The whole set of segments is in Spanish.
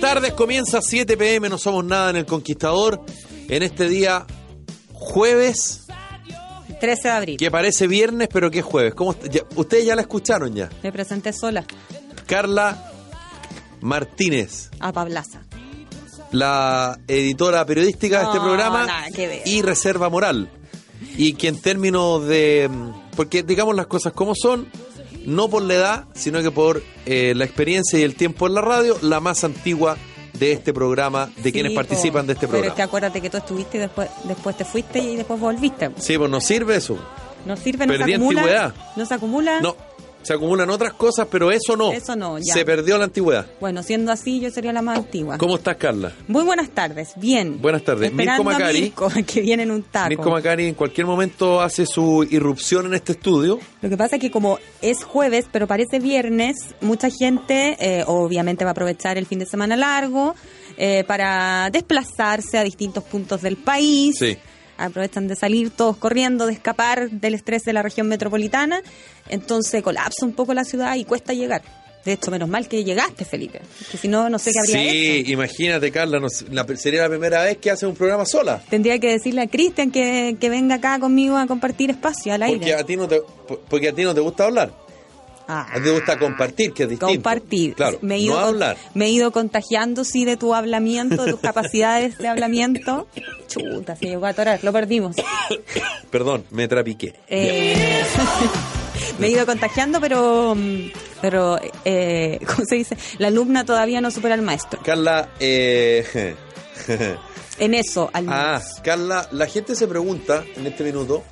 tardes, comienza 7 pm, no somos nada en El Conquistador. En este día, jueves, 13 de abril. que parece viernes, pero que es jueves. ¿Cómo est- ya- ustedes ya la escucharon ya. Me presenté sola Carla Martínez, a Pablaza. la editora periodística de este No, programa nada que ver. y Reserva Moral. Y que en términos de... mm, Porque digamos las cosas como son, no por la edad, sino que por eh, la experiencia y el tiempo en la radio, la más antigua de este programa, de quienes Sí, participan po. de este Pero es programa. que acuérdate que tú estuviste y después, después te fuiste y después volviste. Sí, pues nos sirve eso. No sirve, no Perdí se acumula. antigüedad. No se acumula. No, se acumulan otras cosas, pero eso no. Eso no, ya. Ah. Se perdió la antigüedad. Bueno, siendo así, yo sería la más antigua. ¿Cómo estás, Carla? Muy buenas tardes, bien. Buenas tardes. Esperando Mirko a Macari. Mirko, que viene en un taco. Mirko Macari en cualquier momento hace su irrupción en este estudio. Lo que pasa es que como es jueves, pero parece viernes, mucha gente eh, obviamente va a aprovechar el fin de semana largo eh, para desplazarse a distintos puntos del país. Sí. Aprovechan de salir todos corriendo, de escapar del estrés de la región metropolitana. Entonces colapsa un poco la ciudad y cuesta llegar. De hecho, menos mal que llegaste, Felipe. Que si no, no sé qué habría este? Sí, hecho. imagínate, Carla, no sé, la- sería la primera vez que hace un programa sola. Tendría que decirle a Cristian que, que venga acá conmigo a compartir espacio al aire. Porque a, ti no te, por- porque a ti no te gusta hablar. Ah. A ti te gusta compartir, que es distinto. Compartir. Claro, me he ido no con- hablar. Me he ido contagiando, sí, de tu hablamiento, de tus capacidades de hablamiento. Chuta, se llegó a atorar, lo perdimos. Perdón, me trapiqué. Eh, me he ido contagiando, pero, mm, pero eh, ¿cómo se dice? La alumna todavía no supera al maestro. Carla, eh... En eso, al Ah, menos. Carla, la gente se pregunta en este minuto.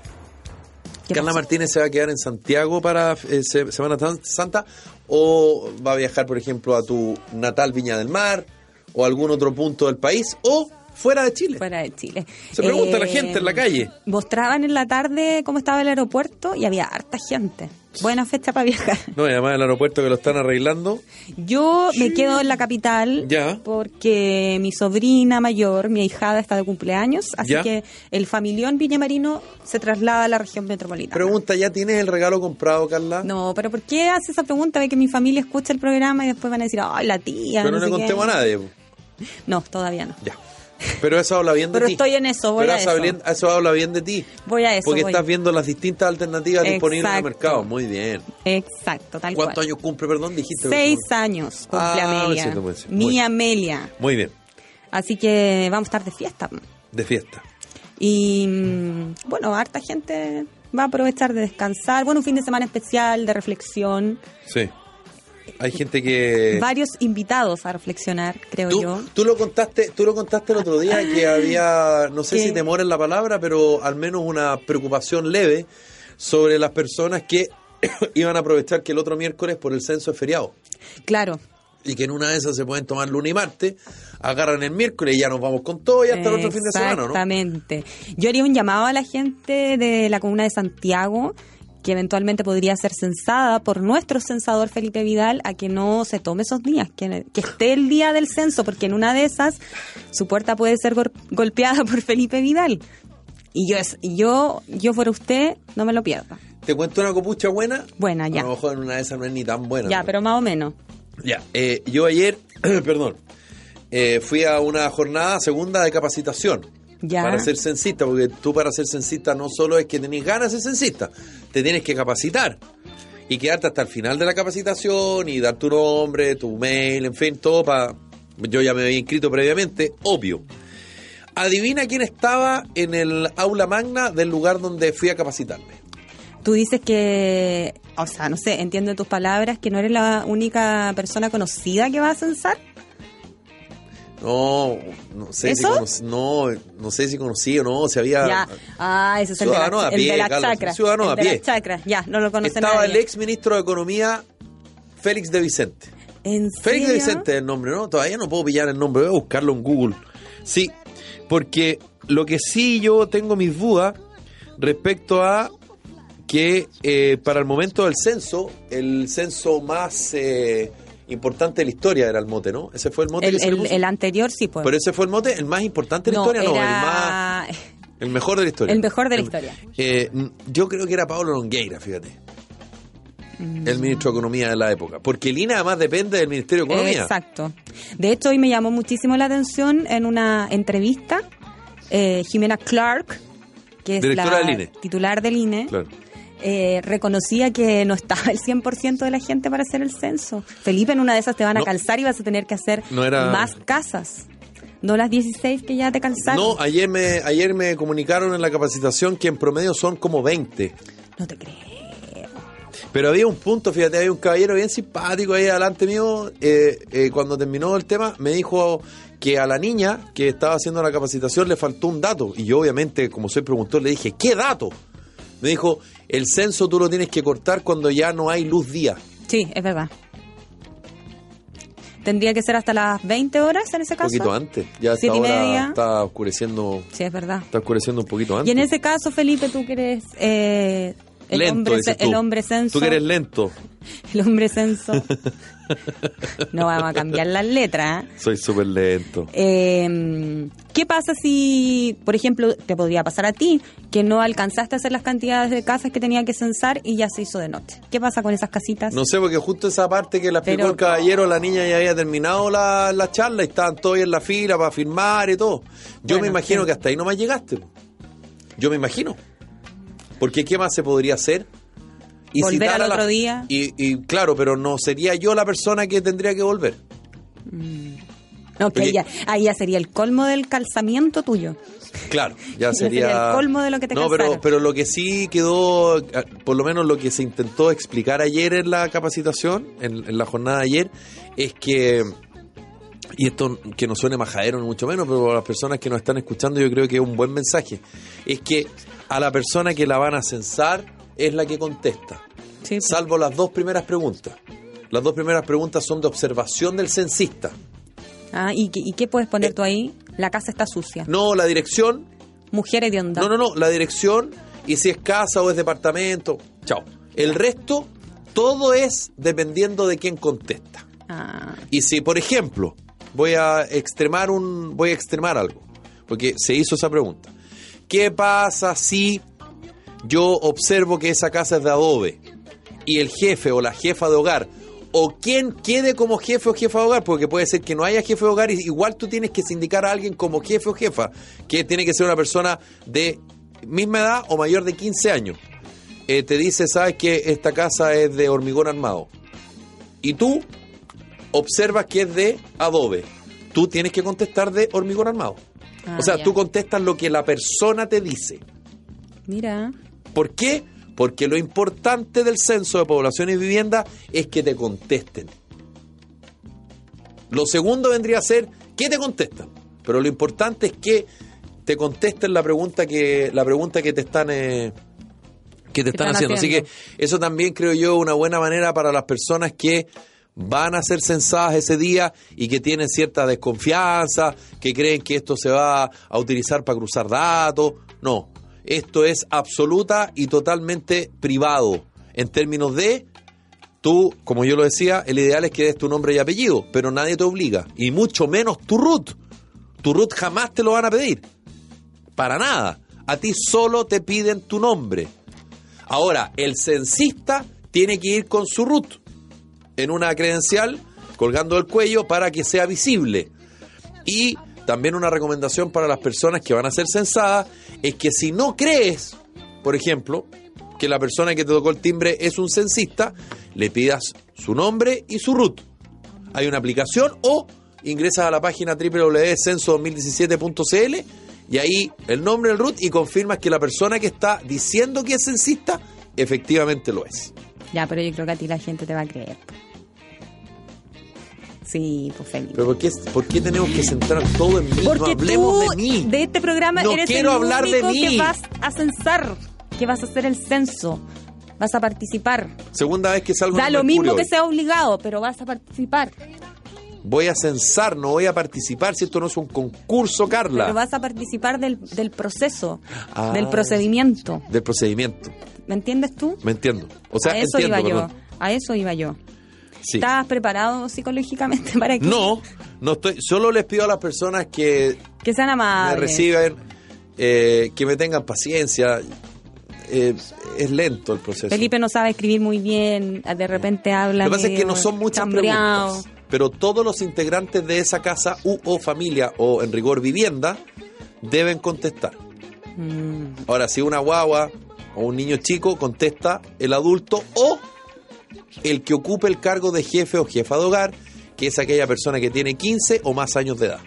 ¿Qué Carla pasó? Martínez se va a quedar en Santiago para eh, se- Semana Tan- Santa o va a viajar, por ejemplo, a tu natal Viña del Mar o algún otro punto del país o fuera de Chile. Fuera de Chile. Eh, Se pregunta la gente en la calle. Mostraban en la tarde cómo estaba el aeropuerto y había harta gente. Buena fecha para viajar. No, y además el aeropuerto que lo están arreglando. Yo me quedo en la capital Ya. porque mi sobrina mayor, mi ahijada, está de cumpleaños, así Ya. que el familión viñamarino se traslada a la región metropolitana. Pregunta, ¿ya tienes el regalo comprado, Carla? No, pero ¿por qué hace esa pregunta? Ve que mi familia escucha el programa y después van a decir, ¡ay, la tía! Pero no, le sé qué". contemos a nadie. No, todavía no. Ya. Pero eso habla bien de Pero ti. estoy en eso, voy Pero a eso. habla bien- eso habla bien de ti. Voy a eso, Porque voy. estás viendo las distintas alternativas disponibles en el Exacto. mercado. Muy bien. Exacto, tal ¿Cuántos cual. años cumple, perdón? Dijiste. Seis años cumple Ah, Amelia. sí, tú me decías. Mi Muy bien. Amelia. Muy bien, Así que vamos a estar de fiesta. de fiesta. Y mm, bueno, harta gente va a aprovechar de descansar. Bueno, un fin de semana especial de reflexión. Sí. Hay gente que. Varios invitados a reflexionar, creo yo. Eh. Ah, Tú, tú lo contaste, tú lo contaste el otro día que había, no sé ¿Qué? si temor en la palabra, pero al menos una preocupación leve sobre las personas que iban a aprovechar que el otro miércoles por el censo es feriado Claro. y que en una de esas se pueden tomar lunes y martes, agarran el miércoles y ya nos vamos con todo y hasta el otro fin de semana, ¿no? Exactamente. Yo haría un llamado a la gente de la comuna de Santiago que eventualmente podría ser censada por nuestro censador Felipe Vidal a que no se tome esos días, que, que esté el día del censo, porque en una de esas su puerta puede ser gor- golpeada por Felipe Vidal. Y yo, es- yo, yo fuera usted, no me lo pierda. Te cuento una copucha buena. Buena, ya. A lo mejor en una de esas no es ni tan buena. Ya, ¿no? pero más o menos. Ya, eh, yo ayer, perdón, eh, fui a una jornada segunda de capacitación Ya. para ser censista, porque tú para ser censista no solo es que tenés ganas de ser censista, te tienes que capacitar y quedarte hasta el final de la capacitación y dar tu nombre, tu mail, en fin, todo para... Yo ya me había inscrito previamente, obvio. Adivina quién estaba en el aula magna del lugar donde fui a capacitarme. Tú dices que, o sea, no sé, entiendo tus palabras, que no eres la única persona conocida que va a censar. No, no sé si ¿Eso? conocí, no, no sé si conocí o no, si había Ya. Ah, ese es el de la, Ciudadano a el de pie, la Carlos, chacra. ciudadano el a de pie. la chacra. Ya, no lo conoce Estaba nadie. el ex ministro de Economía, Félix de Vicente. ¿En Félix de serio? Vicente es el nombre, ¿no? Todavía no puedo pillar el nombre, voy a buscarlo en Google. Sí, porque lo que sí yo tengo mis dudas respecto a que eh, para el momento del censo, el censo más eh, importante de la historia era el mote, ¿no? Ese fue el mote El, que se le el- puso. el anterior sí, pues. Pero ese fue el mote, el más importante de la no, historia, no, el más... era... El mejor de la historia. mm, El mejor de la historia. Eh, yo creo que era Pablo Longueira, fíjate. el ministro de Economía de la época. Porque el INA además depende del Ministerio de Economía. Exacto. De hecho, hoy me llamó muchísimo la atención en una entrevista eh, Jimena Clark, que es Directora la del INE. titular del INE, Claro. eh, reconocía que no estaba el 100% de la gente para hacer el censo. Felipe, en una de esas te van a No. calzar y vas a tener que hacer No era- más casas. No las 16 que ya te calzaron. No, ayer me, ayer me comunicaron en la capacitación que en promedio son como 20. No te crees. Pero había un punto, fíjate, había un caballero bien simpático ahí adelante mío. eh, eh, cuando terminó el tema, me dijo que a la niña que estaba haciendo la capacitación le faltó un dato. Y yo, obviamente, como soy preguntor, le dije, ¿qué dato? Me dijo, el censo tú lo tienes que cortar cuando ya no hay luz día. Sí, es verdad. Tendría que ser hasta las 20 horas en ese Un caso. poquito antes. Ya hasta Siete y media. ahora está oscureciendo, Sí, es verdad. está oscureciendo un poquito antes. Y en ese caso, Felipe, tú que eres eh, el, lento, hombre, dices ce- el tú. hombre censo. Tú que eres lento. El hombre censo. no vamos a cambiar las letras. ¿eh? Soy súper lento. Eh, ¿Qué pasa si, por ejemplo, te podría pasar a ti que no alcanzaste a hacer las cantidades de casas que tenía que censar y ya se hizo de noche? ¿Qué pasa con esas casitas? No sé, porque justo esa parte que la explicó Eh, Pero- el caballero, la niña ya había terminado la, la charla y estaban todos ahí en la fila para firmar y todo. Yo Bueno, me imagino sí. que hasta ahí nomás llegaste. po. Yo me imagino. Porque ¿qué más se podría hacer? Volver citar al a la- otro día. Y, y claro, pero no sería yo la persona que tendría que volver. No, que Oye. ahí ya, ahí ya sería el colmo del calzamiento tuyo. Claro, ya Ya sería... sería el colmo de lo que te No, pero, cansaron. pero lo que sí quedó, eh, por lo menos lo que se intentó explicar ayer en la capacitación, en, en la jornada de ayer, es que, y esto que no suene majadero ni mucho menos, pero para las personas que nos están escuchando yo creo que es un buen mensaje, es que a la persona que la van a censar es la que contesta, Sí, pues. salvo las dos primeras preguntas. Las dos primeras preguntas son de observación del censista. Ah, ¿y, qué- y qué puedes poner tú ahí? La casa está sucia. Eh. No la dirección, Mujeres de onda. No, no, no, la dirección y si es casa o es departamento. Chao. El resto, todo es dependiendo de quién contesta. Ah, Y si, por ejemplo, voy a extremar un. voy a extremar algo. Porque se hizo esa pregunta. ¿Qué pasa si yo observo que esa casa es de adobe? Y el jefe o la jefa de hogar, o quien quede como jefe o jefa de hogar, porque puede ser que no haya jefe de hogar, y igual tú tienes que sindicar a alguien como jefe o jefa, que tiene que ser una persona de misma edad o mayor de 15 años. Eh, te dice, sabes que esta casa es de hormigón armado. Y tú observas que es de adobe. Tú tienes que contestar de hormigón armado. Ah, o sea, ya. tú contestas lo que la persona te dice. mira. ¿Por qué? Porque lo importante del censo de población y vivienda es que te contesten. Lo segundo vendría a ser qué te contestan. Pero lo importante es que te contesten la pregunta que la pregunta que te están eh, que te están, están haciendo. haciendo. Así que eso también creo yo una buena manera para las personas que van a ser censadas ese día y que tienen cierta desconfianza, que creen que esto se va a utilizar para cruzar datos. No, esto es absoluta y totalmente privado en términos de Tú, como yo lo decía, el ideal es que des tu nombre y apellido, pero nadie te obliga, y mucho menos tu root. Tu root jamás te lo van a pedir. Para nada. A ti solo te piden tu nombre. Ahora, el censista tiene que ir con su root en una credencial colgando el cuello para que sea visible. Y también una recomendación para las personas que van a ser censadas es que si no crees, por ejemplo, que la persona que te tocó el timbre es un censista, le pidas su nombre y su root. Hay una aplicación o ingresas a la página www.censo2017.cl y ahí el nombre, el root y confirmas que la persona que está diciendo que es censista efectivamente lo es. Ya, pero yo creo que a ti la gente te va a creer. po. Sí, pues Felipe. Pero ¿por qué, por qué tenemos que centrar todo en mí? no Porque hablemos tú, de mí. este programa, No eres quiero el hablar de único mí. que vas a censar, que vas a hacer el censo, vas a participar. Segunda vez que salgo en Da el lo Mercurio mismo que hoy. sea obligado, pero vas a participar. Voy a censar, no voy a participar si esto no es un concurso, Carla, Pero vas a participar del, del proceso, Ah. del procedimiento. del procedimiento. ¿Me entiendes tú? Me entiendo. O sea, a eso entiendo, iba yo. perdón. A eso iba yo. Sí. ¿Estás preparado psicológicamente para que, No, no estoy. Solo les pido a las personas que que sean me amables? reciben, eh, que me tengan paciencia. eh, es lento el proceso. Felipe no sabe escribir muy bien, de repente habla. Lo que pasa es que medio no son muchas chambreado. preguntas, pero todos los integrantes de esa casa u o familia o en rigor vivienda deben contestar. Mm. Ahora, si una guagua o un niño chico contesta el adulto o el que ocupe el cargo de jefe o jefa de hogar, que es aquella persona que tiene 15 o más años de edad.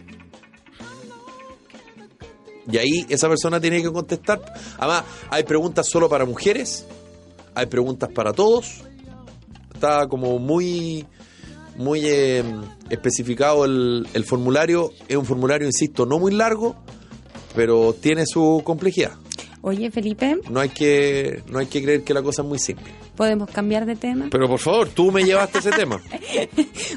Y ahí esa persona tiene que contestar. Además, hay preguntas solo para mujeres, hay preguntas para todos. Está como muy, muy eh, especificado el, el formulario. Es un formulario, insisto, no muy largo, pero tiene su complejidad. Oye, Felipe, No hay que, no hay que creer que la cosa es muy simple. ¿podemos cambiar de tema? Pero por favor, tú me llevaste ese tema.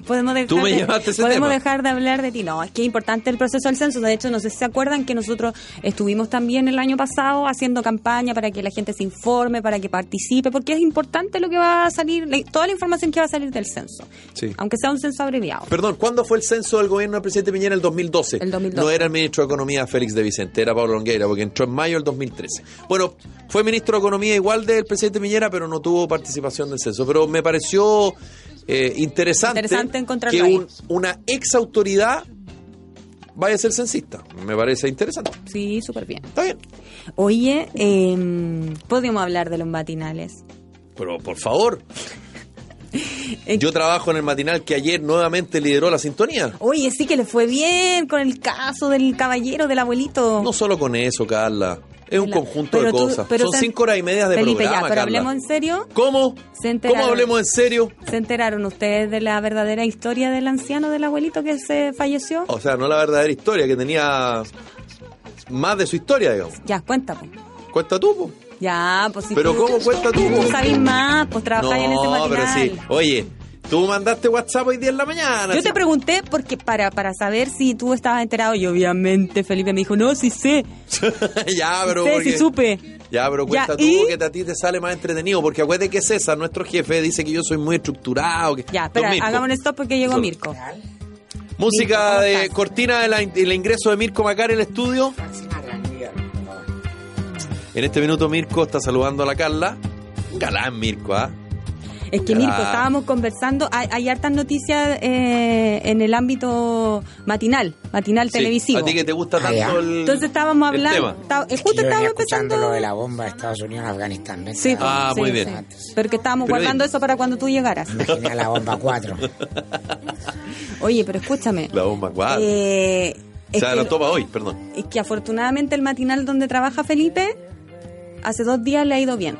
Podemos dejar, Tú me de, llevaste ese podemos tema. dejar de hablar de ti. No, es que es importante el proceso del censo. De hecho, no sé si se acuerdan que nosotros estuvimos también el año pasado haciendo campaña para que la gente se informe, para que participe, porque es importante lo que va a salir, la- toda la información que va a salir del censo. Sí. Aunque sea un censo abreviado. Perdón, ¿cuándo fue el censo del gobierno del presidente Piñera? El 2012. El 2012. No era el ministro de Economía Félix de Vicente, era Pablo Longueira, porque entró en mayo del 2013. Bueno, fue ministro de Economía igual del presidente Piñera, pero no tuvo participación del censo. Pero me pareció eh, interesante, Interesante encontrarlo que ahí. un- una ex autoridad vaya a ser censista. Me parece interesante. Sí, súper bien. Está bien. Oye, eh, podemos hablar de los matinales. Pero por favor, Eh, yo trabajo en el matinal que ayer nuevamente lideró la sintonía. Oye, sí que le fue bien con el caso del caballero, del abuelito. No solo con eso, Carla. Es un La- conjunto de pero tú- cosas. pero Son sen- cinco horas y medias de Felipe, programa, ya, pero Carla. hablemos en serio. ¿Cómo? Se ¿Cómo enteraron. hablemos en serio? ¿Se enteraron ustedes de la verdadera historia del anciano, del abuelito que se falleció? O sea, no la verdadera historia, que tenía más de su historia, digamos. Ya, cuéntame. Cuesta tú, po. Ya, pues si Pero tú, ¿cómo cuesta tú, po? tú sabes más, pues trabajáis en ese No, pero matinal. sí. Oye, tú mandaste WhatsApp hoy día en la mañana. Yo sí. te pregunté porque para, para saber si tú estabas enterado y obviamente Felipe me dijo, no, sí sé, ya, pero. sé, porque- sí supe. Ya, pero Ya, cuesta tú ¿y? que a ti te sale más entretenido, porque acuérdate que César, nuestro jefe, dice que yo soy muy estructurado. Que... Ya, espera, Don Mirko. hagamos un stop porque llegó Solo. Mirko. Mirko, Música ¿cómo de estás? cortina del el ingreso de Mirko Macar al estudio. En este minuto Mirko está saludando a la Carla. Un Galán Mirko, ¿ah? Es que Ya. Mirko, estábamos conversando, hay, hay hartas noticias eh, en el ámbito matinal, matinal Sí, televisivo. A ti que te gusta Ah, tanto ya. el Entonces estábamos el hablando, tema. está- eh, justo Yo venía estábamos escuchando empezando... lo de la bomba de Estados Unidos en Afganistán. ¿ves? Sí, pues, Ah, sí, muy sí. bien. Pero que estábamos Pero guardando bien. eso para cuando tú llegaras. Imaginé la bomba 4. Oye, pero escúchame. La bomba cuadra. Eh, Se es, adelantó que, para hoy, perdón. es que afortunadamente el matinal donde trabaja Felipe, hace dos días le ha ido bien.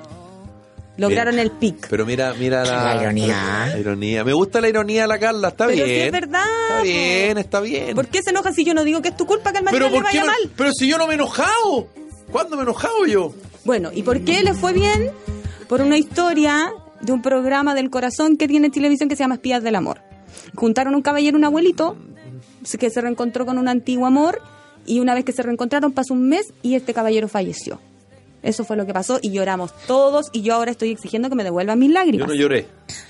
Lograron Bien. el pic. Pero mira, mira la, La ironía. la ironía. Me gusta la ironía de la Carla, está ¿eh? Pero sí bien. es verdad, Está po. bien, está bien. ¿Por qué se enoja si yo no digo que es tu culpa que al matinal Pero le ¿por qué vaya me- mal? Pero si yo no me he enojado. ¿Cuándo me he enojado yo? Bueno, ¿y por qué le fue bien? Por una historia de un programa del corazón que tiene en televisión que se llama Espías del Amor. Juntaron un caballero, un abuelito, se- que se reencontró con un antiguo amor, y una vez que se reencontraron pasó un mes y este caballero falleció. Eso fue lo que pasó y lloramos todos y yo ahora estoy exigiendo que me devuelvan mis Yo lágrimas. no lloré.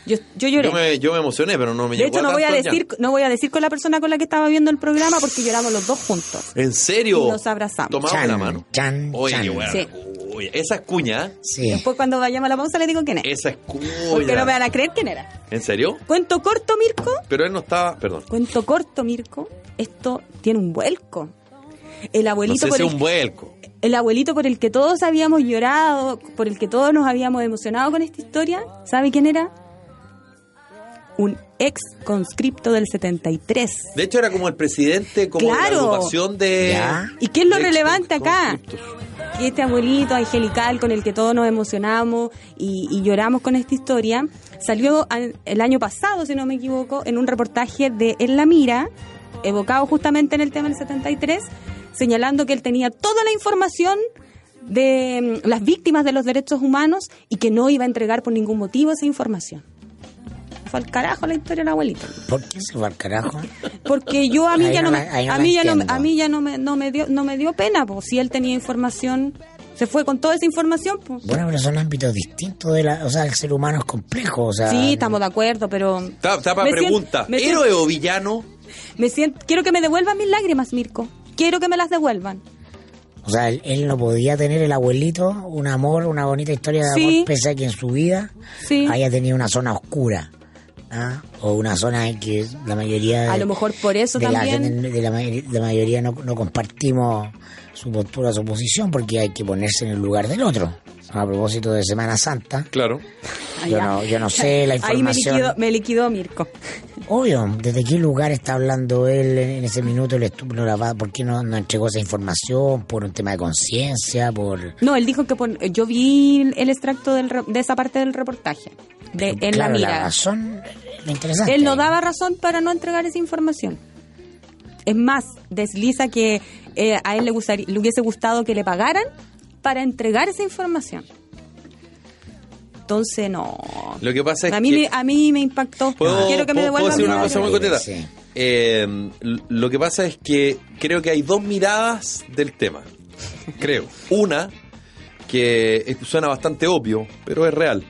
Yo, yo lloré. Yo me, yo me emocioné, pero no me de llegó hecho, no voy, a tanto el decir, no voy a decir con la persona con la que estaba viendo el programa porque lloramos los dos juntos. ¿En serio? Y nos abrazamos. Tomamos Chan, la mano. chan, Oye, chan. qué buena. Sí. Oye, esa es cuña. ¿eh? Sí. Después cuando vayamos a la pausa le digo quién es. Esa es cuña. porque no me van a creer quién era. ¿En serio? Cuento corto, Mirko. Pero él no estaba. Perdón. Cuento corto, Mirko. Esto tiene un vuelco. El No abuelito, sé si por es el, un vuelco. el abuelito por el que todos habíamos llorado, por el que todos nos habíamos emocionado con esta historia, ¿sabe quién era? Un ex conscripto del 73. De hecho, era como el presidente, como Claro. la agrupación de. Ya. ¿Y qué es lo de relevante acá? conscriptos. que este abuelito angelical con el que todos nos emocionamos y, y lloramos con esta historia, salió a- el año pasado, si no me equivoco, en un reportaje de En la Mira, evocado justamente en el tema del 73, señalando que él tenía toda la información de mm, las víctimas de los derechos humanos y que no iba a entregar por ningún motivo esa información. Fue al carajo la historia del abuelito. ¿Por qué se va al carajo? Porque yo a mí Ahí ya no no me, la- ahí no a la mí ya no, me- entiendo. a mí ya no me, no me dio no me dio pena, pues si él tenía información, se fue con toda esa información, pues. Bueno, pero son ámbitos distintos de la... O sea, el ser humano es complejo, o sea... Sí, estamos de acuerdo, pero Está, está para Me siento- pregunta. me siento- ¿Héroe o villano? me siento quiero que me devuelvan mis lágrimas, Mirko. Quiero que me las devuelvan. O sea, él, él no podía tener el abuelito un amor, una bonita historia de Sí. amor, pese a que en su vida Sí. haya tenido una zona oscura. ¿ah? O una zona en que la mayoría de, A lo mejor por eso de la también. gente- de la may- la mayoría no, no compartimos su postura, su posición, porque hay que ponerse en el lugar del otro. A propósito de Semana Santa, Claro. Ah, yo ya. no, yo no sé la Ahí me información. liquidó, me liquidó Mirko. Obvio, ¿desde qué lugar está hablando él en ese minuto? El estúpido la va- ¿Por qué no, no entregó esa información? ¿Por un tema de conciencia? ¿Por...? No, él dijo que pon- yo vi el extracto del re- de esa parte del reportaje. De, en claro, la mira. razón, lo interesante. Él no daba razón para no entregar esa información. Es más, desliza que eh, a él le, gustaría- le hubiese gustado que le pagaran para entregar esa información. Entonces, no. Lo que pasa es a mí, que- me- a mí me impactó. ¿Puedo, Quiero que me puedo- puedo devuelvan decir mi una mi cosa muy dinero? concreta? Sí. Eh, lo que pasa es que creo que hay dos miradas del tema. Creo. Una, que eh, suena bastante obvio, pero es real.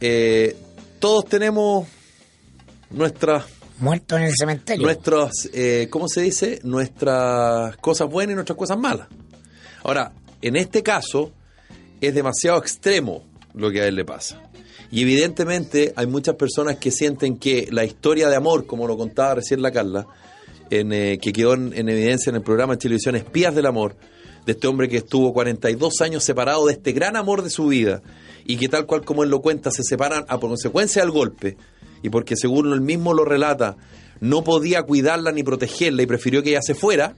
Eh, todos tenemos nuestras, Muerto en el cementerio. nuestras eh, ¿cómo se dice? Nuestras cosas buenas y nuestras cosas malas. Ahora, en este caso, es demasiado extremo lo que a él le pasa. Y evidentemente hay muchas personas que sienten que la historia de amor, como lo contaba recién la Carla, en, eh, que quedó en, en evidencia en el programa de televisión Espías del Amor, de este hombre que estuvo 42 años separado de este gran amor de su vida, y que tal cual como él lo cuenta, se separan a por consecuencia del golpe, y porque según él mismo lo relata, no podía cuidarla ni protegerla y prefirió que ella se fuera,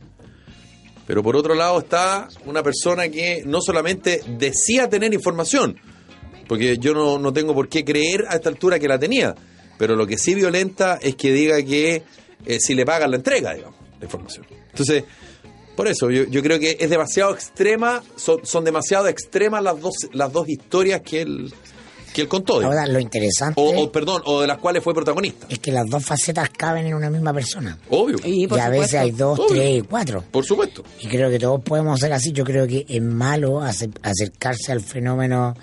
pero por otro lado está una persona que no solamente decía tener información, porque yo no, no tengo por qué creer a esta altura que la tenía, pero lo que sí violenta es que diga que eh, si le pagan la entrega, digamos, la información. Entonces, por eso yo, yo creo que es demasiado extrema, son, son demasiado extremas las dos, las dos historias que él, que él contó, digamos. Ahora, lo interesante o, o, perdón, o de las cuales fue protagonista. es que las dos facetas caben en una misma persona. Obvio, Y, por y a veces supuesto, hay dos, Obvio. tres y cuatro. por supuesto. Y creo que todos podemos ser así. Yo creo que es malo ace- acercarse al fenómeno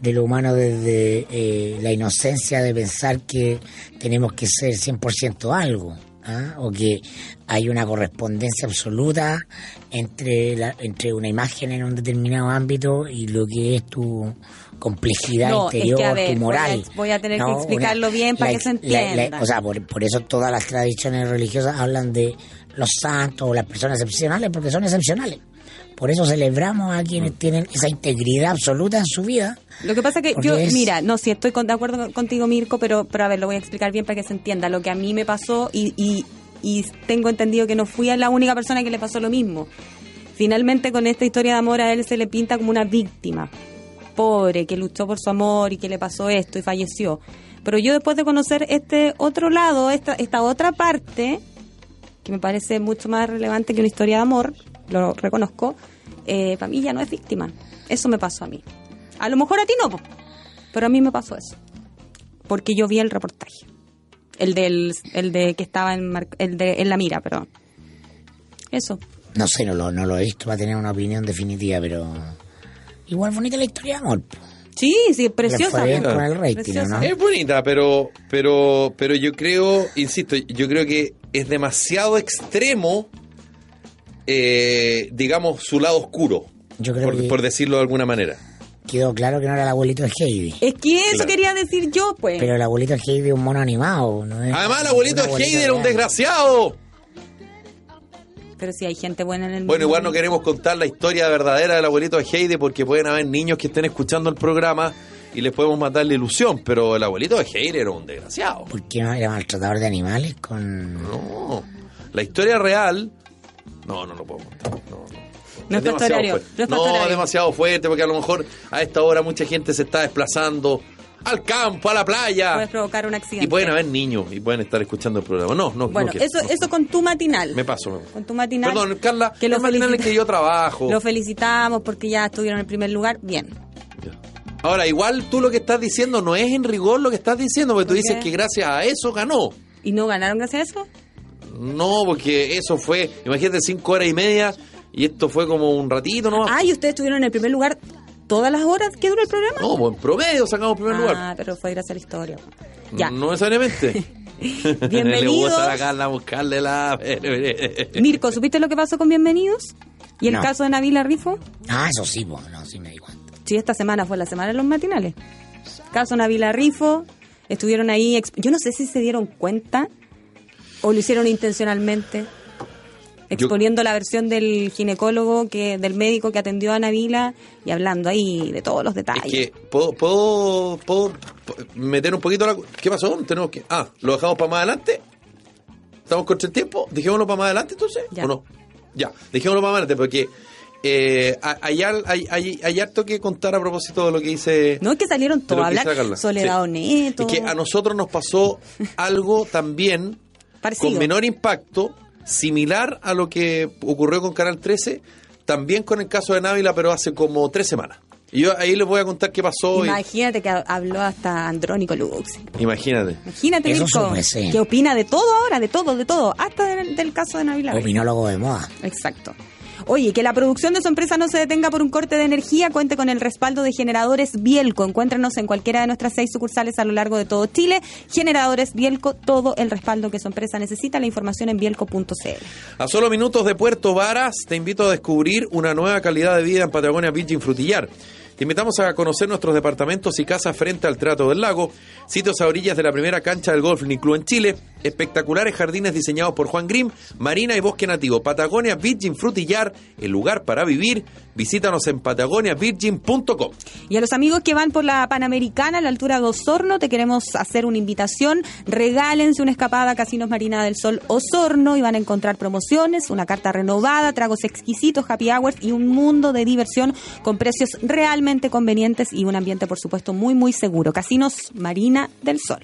de lo humano desde eh, la inocencia de pensar que tenemos que ser 100% algo. ¿ah? O que hay una correspondencia absoluta entre, la- entre una imagen en un determinado ámbito y lo que es tu complejidad No, es que, a interior, ver, voy a tu moral. ex- voy a tener que explicarlo bien para que se ex- la- la- entienda. o sea, por, por eso todas las tradiciones religiosas hablan de los santos o las personas excepcionales, porque son excepcionales. Por eso celebramos a Mm. quienes tienen esa integridad absoluta en su vida. Lo que pasa que Porque yo, es- mira, no, sí estoy con- de acuerdo con- contigo, Mirko, pero, pero a ver, lo voy a explicar bien para que se entienda lo que a mí me pasó y, y, y tengo entendido que no fui a la única persona que le pasó lo mismo. Finalmente, con esta historia de amor, a él se le pinta como una víctima, pobre, que luchó por su amor y que le pasó esto y falleció. Pero yo, después de conocer este otro lado, esta, esta otra parte, que me parece mucho más relevante que una historia de amor, lo reconozco, eh, para mí ya no es víctima. Eso me pasó a mí. A lo mejor a ti no, po, pero a mí me pasó eso. Porque yo vi el reportaje. El del el de que estaba en, mar- el de, en la mira, perdón. Eso. No sé, no lo, no lo he visto para tener una opinión definitiva, pero igual bonita la historia de amor. po. Sí, sí, Le preciosa. fue bien po. con el rating, ¿o Preciosa. ¿no? Es bonita, pero, pero, pero yo creo, insisto, yo creo que es demasiado extremo, eh, digamos, su lado oscuro, Yo creo por, que- por decirlo de alguna manera. Quedó claro que no era el abuelito de Heidi. Es que eso Claro. quería decir yo, pues. Pero el abuelito de Heidi es un mono animado. ¿no? Es Además, el abuelito de Heidi era un real. desgraciado. Pero si hay gente buena en el mundo. Bueno, igual no queremos contar la historia verdadera del abuelito de Heidi porque pueden haber niños que estén escuchando el programa y les podemos matar la ilusión, pero el abuelito de Heidi era un desgraciado. ¿Por qué no era maltratador de animales con...? No, la historia real... No, no lo puedo contar. No, no. No es nuestro demasiado horario, fuerte. no es No, nuestro horario. demasiado fuerte, porque a lo mejor a esta hora mucha gente se está desplazando al campo, a la Puedes playa. provocar un accidente. Y pueden haber niños y pueden estar escuchando el programa. No, no, Bueno, no quiero, eso, no. eso con tu matinal. Me paso, me paso. Con tu matinal. Perdón, Carla, que lo es matinal en felicito. que yo trabajo. Lo felicitamos porque ya estuvieron en primer lugar. Bien. Ya. Ahora, igual tú lo que estás diciendo no es en rigor lo que estás diciendo, porque tú ¿Por dices qué? que gracias a eso ganó. ¿Y no ganaron gracias a eso? No, porque eso fue, imagínate, cinco horas y media y esto fue como un ratito nomás. Ah, ¿y ustedes estuvieron en el primer lugar todas las horas que duró el programa? No, pues en promedio sacamos primer ah, lugar. pero fue gracias a la historia. Ya. No necesariamente. Le gusta la Bienvenidos. Carla buscarle la. Mirko, ¿supiste lo que pasó con Bienvenidos? ¿Y el No. caso de Navila Rifo? Ah, eso sí, pues, no, sí me di cuenta. Sí, esta semana fue la semana de los matinales. Caso Navila Rifo, estuvieron ahí. exp- Yo no sé si se dieron cuenta o lo hicieron intencionalmente, exponiendo la versión del ginecólogo, que del médico que atendió a Navila y hablando ahí de todos los Es detalles. que, ¿puedo, puedo, puedo meter un poquito la... cu- ¿Qué pasó? Tenemos que... Ah, ¿lo dejamos para más adelante? ¿Estamos contra el tiempo? ¿Dejémoslo para más adelante entonces? Ya. ¿O no? Ya, dejémoslo para más adelante porque eh, a- hay, al- hay, hay, hay harto que contar a propósito de lo que dice... no es que salieron de lo todos a que dice la hablar. Carla. Soledad Sí. Oneto. Es que a nosotros nos pasó algo también Parecido. con menor impacto, similar a lo que ocurrió con Canal 13, también con el caso de Návila, pero hace como tres semanas. Y yo ahí les voy a contar qué pasó. y- Imagínate que ha- habló hasta Andrónico Lux. Imagínate. Imagínate, Eso Mirko, supe, sí. que opina de todo ahora, de todo, de todo, hasta del, del caso de Navila Rifo. Opinólogo de moda. Exacto. Oye, que la producción de su empresa no se detenga por un corte de energía, cuente con el respaldo de Generadores Bielco. Encuéntranos en cualquiera de nuestras seis sucursales a lo largo de todo Chile. Generadores Bielco, todo el respaldo que su empresa necesita. La información en bielco.cl. A solo minutos de Puerto Varas, te invito a descubrir una nueva calidad de vida en Patagonia Virgin Frutillar. Te invitamos a conocer nuestros departamentos y casas frente al Trato del Lago, sitios a orillas de la primera cancha del Golf Club en Chile, espectaculares jardines diseñados por Juan Grimm, marina y bosque nativo. Patagonia Virgin Frutillar, el lugar para vivir. Visítanos en patagoniavirgin.com. Y a los amigos que van por la Panamericana a la altura de Osorno, te queremos hacer una invitación. Regálense una escapada a Casinos Marina del Sol Osorno y van a encontrar promociones, una carta renovada, tragos exquisitos, happy hours y un mundo de diversión con precios realmente convenientes y un ambiente, por supuesto, muy, muy seguro. Casinos Marina del Sol.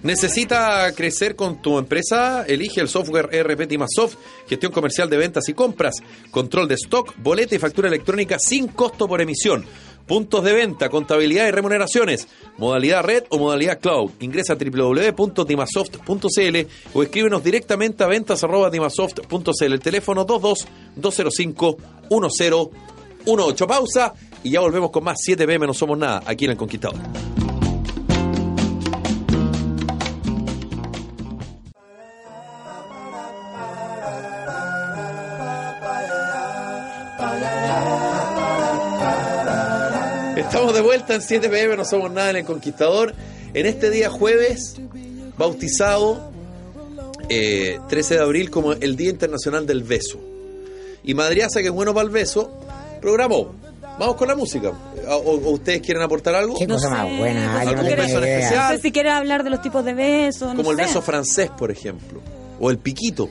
¿Necesita crecer con tu empresa? Elige el software ERP Timasoft, gestión comercial de ventas y compras, control de stock, boleta y factura electrónica sin costo por emisión, puntos de venta, contabilidad y remuneraciones, modalidad red o modalidad cloud. Ingresa a www.timasoft.cl o escríbenos directamente a ventas.timasoft.cl. El teléfono 22 205 1018. Pausa y ya volvemos con más 7pm No Somos Nada aquí en El Conquistador. Estamos de vuelta en 7 pm, no somos nada en el Conquistador. En este día jueves, bautizado eh, 13 de abril como el Día Internacional del Beso. Y Madriaza, que es bueno para el beso, programó. Vamos con la música. ¿O, o- o ustedes quieren aportar algo? Qué cosa más buena, ¿tú yo no tengo quieres- ni idea. No sé si quieres hablar de los tipos de besos, no Como el sé. beso francés, por ejemplo. O el piquito,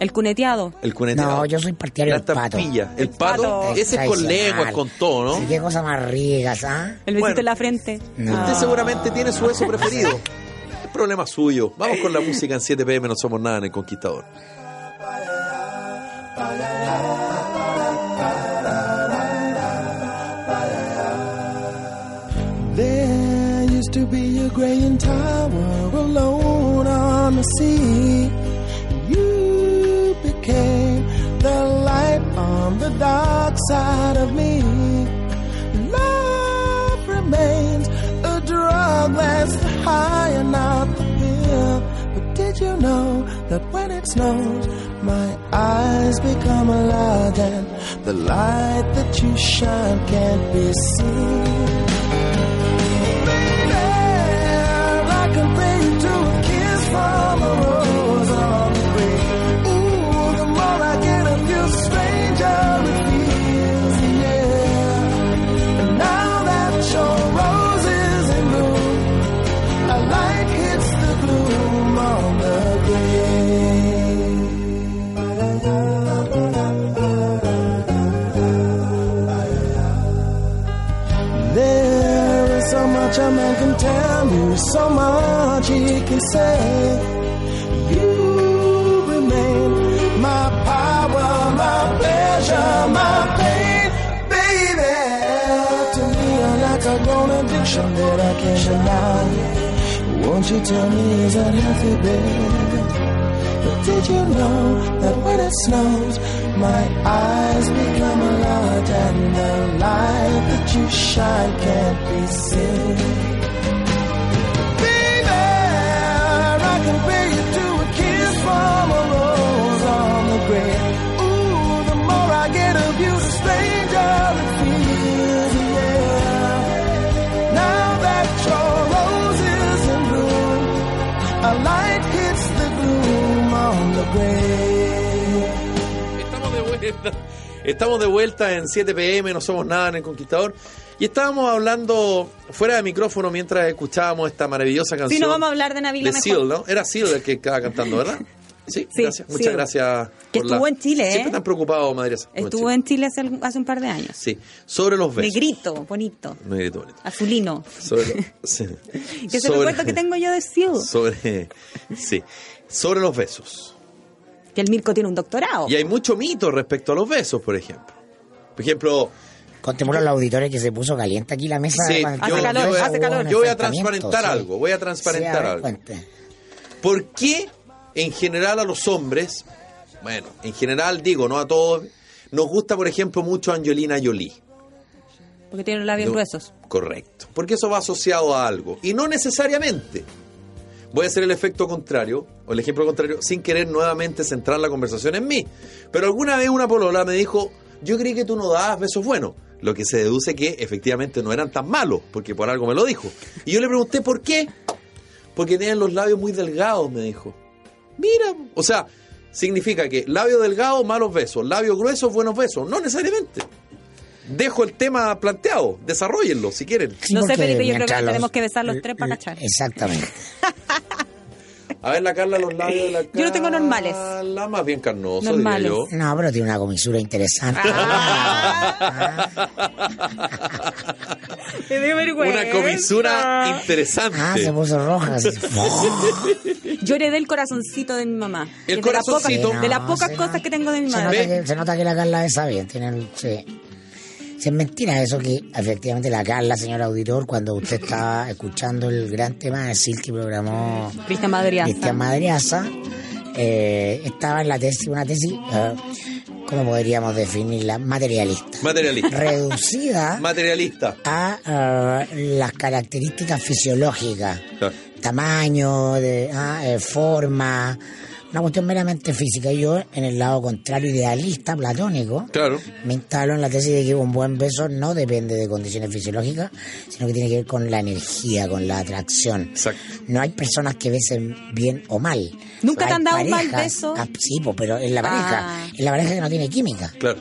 el cuneteado. el cuneteado. No, yo soy partidario La del pato. estampilla. El pato, pato. ese es con Tradicional. lenguas, con todo, Sí, ¿no? qué cosa más ricas, ¿ah? El besito Bueno. en la frente. No. Usted seguramente tiene su beso preferido. Ah. Eh. Es problema suyo. Vamos con la música en 7 pm, no somos nada en el Conquistador. There used to be a graying tower alone on the sea. You became the light on the dark side of me. Love remains a drug that's the high and not the pill. But did you know that when it snows, my eyes become alive and the light that you shine can't be seen? I can bring you to a kiss from a rose on the way. Ooh, the more I get of you, stranger it feels, yeah. And now that your rose is in bloom, a light hits the gloom on the grave. There is so much a man can tell you, so much he can say. You remain my power, my pleasure, my pain, baby. To me, you're like a grown addiction that I can't deny. Won't you tell me is that healthy, baby? But did you know that when it snows, my eyes become a lot and the light that you shine can't be seen? Baby, I can be you away. Estamos de vuelta. Estamos de vuelta en 7 pm, no somos nada en el Conquistador. Y estábamos hablando fuera de micrófono mientras escuchábamos esta maravillosa canción. Si no vamos a hablar de Navila de mejor. Seal, ¿no? Era Seal el que estaba cantando, ¿verdad? Sí, Sí, gracias. Muchas Seal. gracias. Que por estuvo en Chile, ¿eh? Siempre tan preocupado, Madre Estuvo en Chile hace, algún- hace un par de años. Sí, sobre los besos. Negrito, bonito, Negrito bonito. azulino. Sobre, sí. Que se Sobre- recuerdo que tengo yo de Seal, Sobre, sí, sobre los besos. que el Mirko tiene un doctorado. Y hay mucho mito respecto a los besos, por ejemplo. Por ejemplo, Contemos a los auditores que se puso caliente aquí la mesa. Sí, cuando- yo- Hace calor, hubo hace calor. un Yo voy a enfrentamiento, transparentar algo, voy a transparentar ver, algo. cuente. ¿Por qué en general a los hombres, bueno, en general digo, no a todos, nos gusta, por ejemplo, mucho Angelina Jolie? Porque tiene los labios No, gruesos. Correcto. Porque eso va asociado a algo. Y no necesariamente. Voy a hacer el efecto contrario, o el ejemplo contrario, sin querer nuevamente centrar la conversación en mí. Pero alguna vez una polola me dijo, yo creí que tú no dabas besos buenos. Lo que se deduce que efectivamente no eran tan malos, porque por algo me lo dijo. Y yo le pregunté, ¿por qué? Porque tienen los labios muy delgados, me dijo. Mira, o sea, significa que labio delgado, malos besos, labio grueso, buenos besos. No necesariamente. Dejo el tema planteado, desarrollenlo si quieren. No sé, porque Felipe, yo creo que mientras eh, tenemos que este besar eh, los tres para cachar. Exactamente. A ver, la Carla, los labios de la Carla. Yo no tengo normales. La más bien carnoso, Normales. diría yo. No, pero tiene una comisura interesante. Ah. Me dio vergüenza. Una comisura Ah, se interesante. puso roja. así. Yo heredé el corazoncito de mi mamá. El Es de las corazoncito. pocas- De las No, pocas, se cosas nota- que tengo de mi se madre. nota, que, se nota que la Carla es sabia. Tiene el- sí. Sí, es mentira eso que efectivamente la Carla, señor auditor, cuando usted estaba escuchando el gran tema de Sil que programó Cristian Madriaza. Cristian Madriaza, eh, estaba en la tesis, una tesis, eh, ¿cómo podríamos definirla? Materialista. Materialista. Reducida Materialista. a eh, las características fisiológicas tamaño, de, ah, eh, forma, una cuestión meramente física. Y yo, en el lado contrario, idealista, platónico, Claro. me instalo en la tesis de que un buen beso no depende de condiciones fisiológicas, sino que tiene que ver con la energía, con la atracción. Exacto. No hay personas que besen bien o mal. ¿Nunca te Hay han dado un mal parejas- beso? Ah, sí, po, pero en la pareja. Ah. En la pareja que no tiene química. Claro.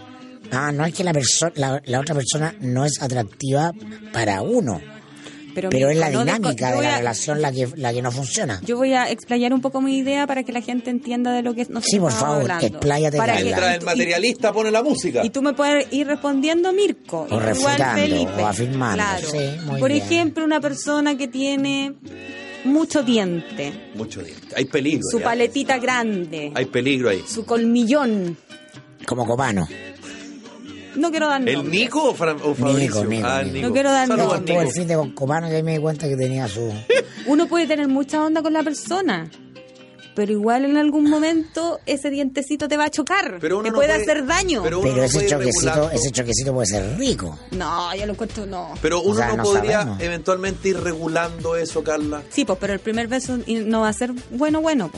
Ah, no es que la, perso- la, la otra persona no es atractiva para uno, pero mi- es la no desco- dinámica yo de voy la a- relación la que, la que no funciona. Yo voy a explayar un poco mi idea para que la gente entienda de lo que nos Sí, por estamos favor, hablando. expláyate, Para Carla. que- Mientras el y- materialista pone la música. Y tú me puedes ir respondiendo, Mirko. O igual refutando, Felipe. o afirmando, Claro. sí, muy Por bien. ejemplo, una persona que tiene mucho diente, Mucho diente. Hay peligro. su ya. paletita grande, Hay peligro ahí. su colmillón. Como Copano. No quiero dar ¿El nombres. Nico o, Fran- o Fabricio? Nico, Ah, el Nico. Nico. No quiero dar Saludos nombre. al Tuve Nico. el fin de con Copano y ahí me di cuenta que tenía su... Uno puede tener mucha onda con la persona, pero igual en algún momento ese dientecito te va a chocar, Pero uno te no puede, puede- hacer daño. pero uno Pero no ese puede choquecito, regularlo. ese choquecito puede ser rico. No, yo lo encuentro no. Pero uno O sea, no, no podría sabemos. eventualmente ir regulando eso, Carla. Sí, pues, pero el primer beso y- no va a ser bueno, bueno. po.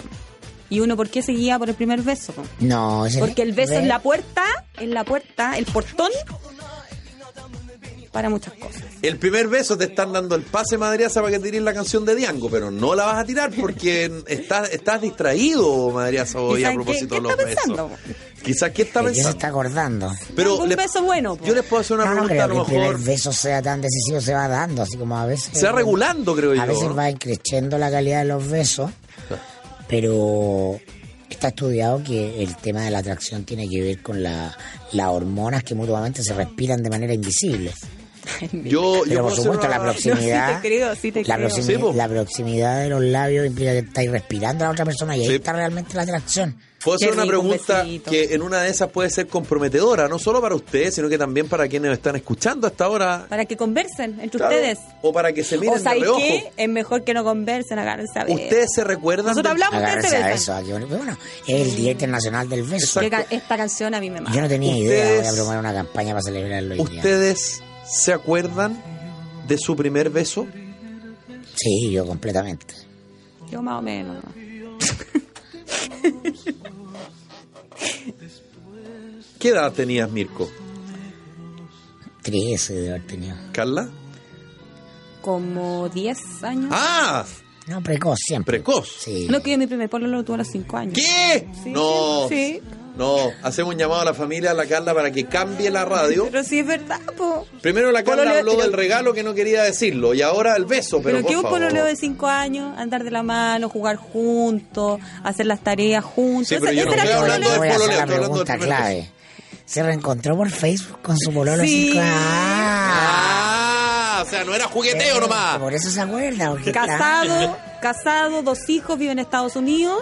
¿Y uno por qué se guía por el primer beso? po? No, ese Porque el beso ve- en la puerta, en la puerta, el portón, para muchas cosas. El primer beso te están dando el pase madriaza para que tires la canción de Diango, pero no la vas a tirar porque estás, estás distraído, madriaza, hoy a Quizás, ¿qué- propósito qué de los está besos. pensando? Quizás qué está ¿de qué se pensando. está acordando. Pero Algún les- beso bueno, pues. po. yo les puedo hacer una No, no pregunta creo a que lo el primer mejor. beso sea tan decisivo, se va dando, así como a veces... Se va regulando, creo yo. A veces ¿no? va creciendo la calidad de los besos, pero está estudiado que el tema de la atracción tiene que ver con la- las hormonas que mutuamente se respiran de manera invisible. Yo, yo Pero por puedo hacer supuesto, una- la proximidad. No, sí te creo, sí te la, creo. proximi- Sí, po. la proximidad de los labios implica que estáis respirando a la otra persona y ahí Sí. está realmente la atracción. Puedo hacer Qué una rico, un pregunta besito. que en una de esas puede ser comprometedora, no solo para ustedes, sino que también para quienes están escuchando hasta ahora. Para que conversen entre Claro, ustedes. O para que se miren o de sabéis reojo. qué, es mejor que no conversen, agárrense a ver. ¿Ustedes se recuerdan? Nosotros del- hablamos, ustedes Agarrarse se a besan. eso, aquí, bueno, bueno, es el Día Internacional del Beso. Que ca- esta canción a mí me Yo mata. no tenía idea, Ustedes- voy a proponer una campaña para celebrarlo hoy día. ¿Ustedes se acuerdan de su primer beso? Sí, yo completamente. Yo más o menos. ¿no? ¿Qué edad tenías, Mirko? 13 de haber tenido. ¿Carla? Como 10 años. ¡Ah! No, precoz siempre. Precoz. Sí. No, que yo mi primer polo lo tuve a los 5 años. ¿Qué? Sí, no. sí. No, hacemos un llamado a la familia, a la Carla, para que cambie la radio. Pero sí es verdad, po. Primero la Carla Pololeo- habló pero- del regalo que no quería decirlo y ahora el beso, pero, Pero, por que un favor. pololeo de 5 años, andar de la mano, jugar juntos, hacer las tareas juntos. Sí, pero yo no era estoy el hablando pololeo. del voy a hacer pololeo, la estoy hablando del pregunta primer clave. Se reencontró por Facebook con su pololo Sí. cinco- Ah, Ah, o sea, no era jugueteo eh, nomás. Por eso se acuerda. Porque Casado, casado, dos hijos, vive en Estados Unidos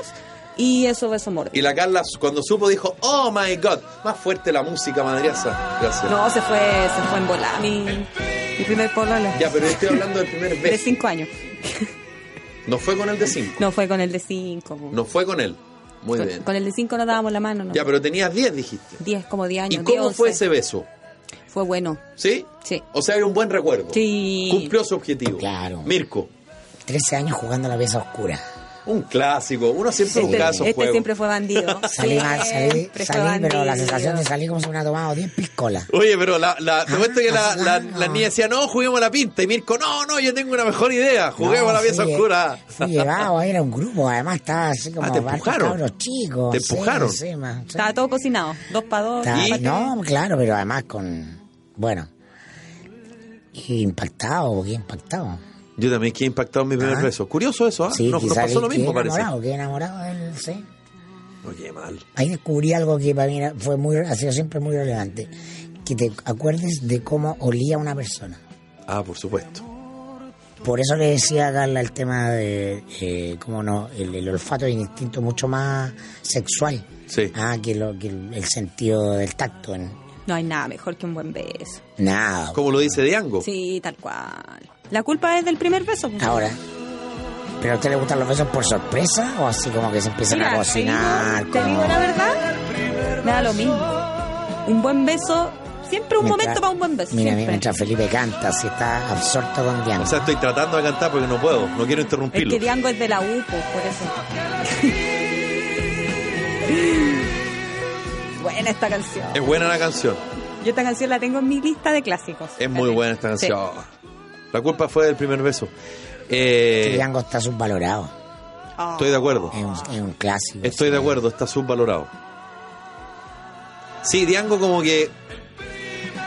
y eso beso Y mórbido. la Carla, cuando supo, dijo, oh my god, más fuerte la música, madriaza. Gracias. No, se fue, se fue en volar mi, mi primer pololo. Ya, pero yo estoy hablando del primer De beso. 5 años. No fue con el de 5, No fue con el de 5. po. no fue con él. Muy con, bien. con el de 5 no dábamos la mano, ¿no? Ya, pero tenías 10, dijiste. 10, como 10 ¿Y años. cómo 10, fue 11. ese beso? Fue bueno. ¿Sí? Sí. O sea, era un buen recuerdo. Sí. Cumplió su objetivo. Claro. Mirko, 13 años jugando a la pieza oscura. un clásico. Uno siempre Este, buscaba esos este juegos. siempre fue bandido. Salí, mal, salí, Siempre fue salí pero la bandido. sensación de salir como si hubiera tomado 10 piscolas. Oye, pero la, la, te Ah, cuento que la, la, claro. la niña decía, no, juguemos a la pinta. Y Mirko, no, no, yo tengo una mejor idea. Juguemos No, a la pieza fui lle- oscura. Fui llevado, era un grupo, además estaba así como Ah, te varios empujaron. cabros chicos. Te sí, empujaron. sí, ma, sí. Estaba todo cocinado, dos para dos. Estaba- ¿Y? pa' tres. No, claro, pero además con. Bueno. Impactado, qué impactado. Yo también quedé impactado en mi primer Ah. beso. Curioso eso, ¿ah? Sí, nos, nos quizás pasó lo quedé mismo, parece. enamorado, quedé enamorado de él, sí. Oye, mal. Ahí descubrí algo que para mí era- fue muy, ha sido siempre muy relevante. Que te acuerdes de cómo olía una persona. Ah, por supuesto. Por eso le decía a Carla el tema de, eh, cómo no, el, el olfato es un instinto mucho más sexual Sí. ah, que, lo, que el, el sentido del tacto. ¿no? No hay nada mejor que un buen beso. Nada. Como lo dice Diango. Sí, tal cual. La culpa es del primer beso. pues. Ahora, ¿pero a usted le gustan los besos por sorpresa o así como que se empiezan Mira, a te digo- cocinar? Te como- digo la verdad, me da lo mismo. Un buen beso, siempre un Mientras- momento para un buen beso. Mira, siempre. mientras Felipe canta, si está absorto con Diana. O sea, estoy tratando de cantar porque no puedo. No quiero Es interrumpirlo. que Diango es de la UPO, por eso. buena esta canción. Es buena la canción. Yo esta canción la tengo en mi lista de clásicos. Es muy buena esta Sí. canción. La culpa fue del primer beso. Eh, Django está subvalorado. Oh. estoy de acuerdo. Es un, es un clásico. Estoy de acuerdo, está subvalorado. Sí, Diango como que...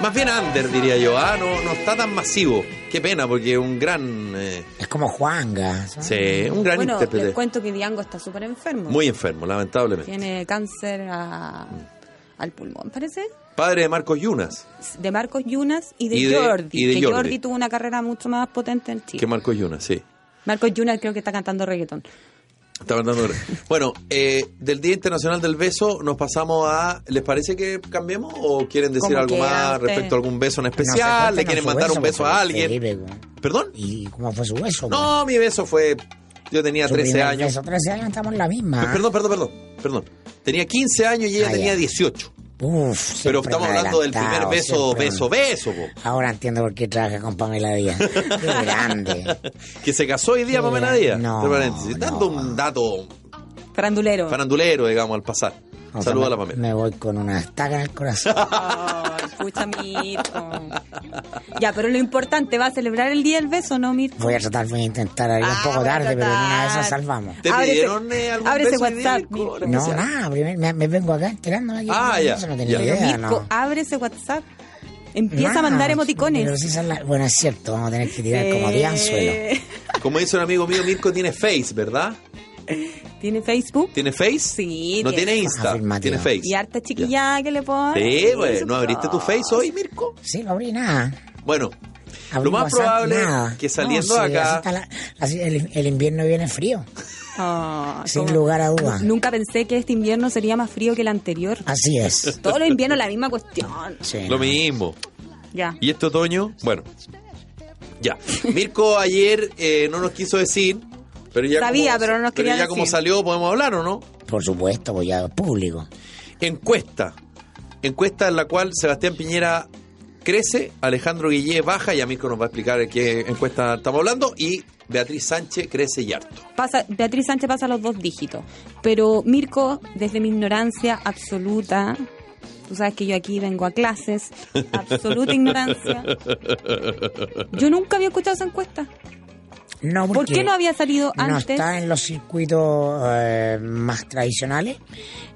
Más bien under, diría yo. Ah, no, no está tan masivo. Qué pena, porque es un gran... eh, Es como Juanga. ¿sabes? sí, un gran bueno, les intérprete. cuento que Diango está súper enfermo. Muy enfermo, lamentablemente. Tiene cáncer a- al pulmón, parece. Padre de Marcos Yunas. De Marcos Yunas y de, Y de- Jordi. y de que Jordi. Jordi. tuvo una carrera mucho más potente en Chile. Que Marcos Yunas, sí. Marcos Yunas creo que está cantando reggaetón. Estaba andando- Bueno, eh, del Día Internacional del Beso nos pasamos a... ¿Les parece que cambiemos o quieren decir Como algo quieran más ustedes. respecto a algún beso en No, se especial? ¿Le cuentan quieren su mandar un beso a Felipe, alguien? güey. ¿Perdón? ¿Y cómo fue su beso? güey? No, mi beso fue... Yo tenía Su 13 primer años. beso, 13 años estamos en la misma. ¿eh? Pe- Perdón, perdón, perdón, perdón. Tenía 15 años y ella Ah, tenía ya. 18. Uf, Pero siempre estamos me hablando del adelantado, primer beso, siempre beso, me- beso, po. Ahora entiendo por qué trabaja con Pamela Díaz. Qué grande. Que se casó hoy día, Sí, Pamela Díaz. no, entre paréntesis. Dando no. un dato Farandulero. farandulero, digamos, al pasar. O sea, Saluda a la me- Pamela. Me voy con una estaca en el corazón. Oh, escucha, Mirko. Ya, pero lo importante va a celebrar el Día del Beso, ¿no, Mirko? Voy a tratar, voy a intentar ahí Ah, un poco voy a tarde, pero en una de esas tratar. salvamos. ¿Te Ábrese- pidieron eh, algún ábrese beso WhatsApp, idílico, Mirko. algo No, especial? nada, primer- me, me vengo acá enterándome. aquí. Ah, ya, Eso no tenía ya. idea, Mirko, no. ábrese WhatsApp. Empieza No, a mandar pero emoticones. sí son las- bueno, es cierto, vamos a tener que tirar como de anzuelo. Eh, Como dice un amigo mío, Mirko tiene Face, ¿verdad? ¿Tiene Facebook? ¿Tiene Face? Sí, No tiene. Ah, tiene Insta, Afirmativo. tiene Face. Y harta chiquillada que le pone. Oh, Sí, güey. Su ¿No abriste tu cosa. Face hoy, Mirko? Sí, no abrí nada. Bueno, Abrí lo más WhatsApp, probable nada. que saliendo No, sí, de acá... así está la- así el, el invierno viene frío, Ah, sin como- lugar a duda. Nunca pensé que este invierno sería más frío que el anterior. Así es. Todos los inviernos la misma cuestión. Sí, Lo no. mismo. Ya. ¿Y este otoño? Bueno. Ya. Mirko ayer eh, no nos quiso decir, pero ya Sabía, como, pero no nos quería ya como decir. salió podemos hablar o no. Por supuesto, pues ya es público. Encuesta. Encuesta en la cual Sebastián Piñera crece, Alejandro Guillé baja y a Mirko nos va a explicar de qué encuesta estamos hablando y Beatriz Sánchez crece y harto. Pasa, Beatriz Sánchez pasa los dos dígitos. Pero Mirko, desde mi ignorancia absoluta, tú sabes que yo aquí vengo a clases, absoluta ignorancia. Yo nunca había escuchado esa encuesta. No, ¿Por qué no había salido no antes? está en los circuitos eh, más tradicionales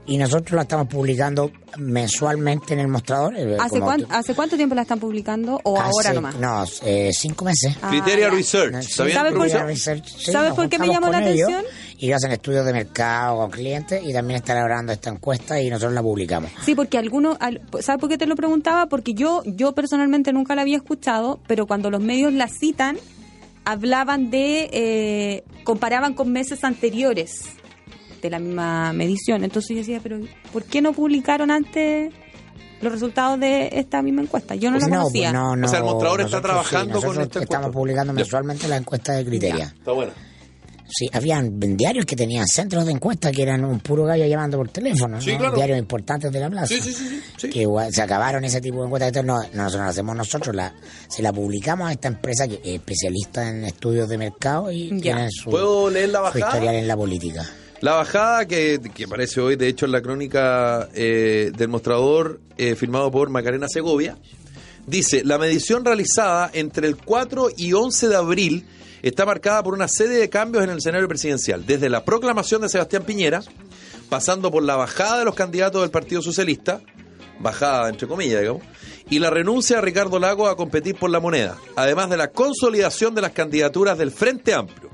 y nosotros la estamos publicando mensualmente en el mostrador. eh, ¿Hace, como cuán- tú- ¿Hace cuánto tiempo la están publicando o ahora hace- nomás? No, eh, cinco meses. Ah, Criteria ya. Research. Sí, ¿Está bien, ¿Sabe por profesor? Criteria Research, sí, ¿Sabe nos por qué me juntamos llamó con la ellos atención? Y hacen estudios de mercado con clientes y también están elaborando esta encuesta y nosotros la publicamos. Sí, porque algunos, al- ¿sabes por qué te lo preguntaba? Porque yo, yo personalmente nunca la había escuchado, pero cuando los medios la citan, hablaban de, eh, comparaban con meses anteriores de la misma medición. Entonces yo decía, pero ¿por qué no publicaron antes los resultados de esta misma encuesta? Yo no la Pues conocía. pues no, O sea, el no, mostrador está nosotros trabajando con nosotros esta encuesta. Estamos publicando Ya. mensualmente la encuesta de criteria. Está bueno. Sí, habían diarios que tenían centros de encuesta que eran un puro gallo llamando por teléfono. Sí, ¿no? claro. Diarios importantes de la plaza. Sí, sí, sí, sí, sí. Que igual se acabaron ese tipo de encuestas. Esto no, no, nosotros lo hacemos nosotros. La, se la publicamos a esta empresa que es especialista en estudios de mercado y Ya. tiene su, ¿Puedo leer la su bajada? historial en la política. La bajada que, que aparece hoy, de hecho, en la crónica eh, del mostrador eh, firmado por Macarena Segovia, dice, la medición realizada entre el 4 y 11 de abril está marcada por una serie de cambios en el escenario presidencial, desde la proclamación de Sebastián Piñera, pasando por la bajada de los candidatos del Partido Socialista, bajada entre comillas, digamos, y la renuncia de Ricardo Lago a competir por la moneda, además de la consolidación de las candidaturas del Frente Amplio,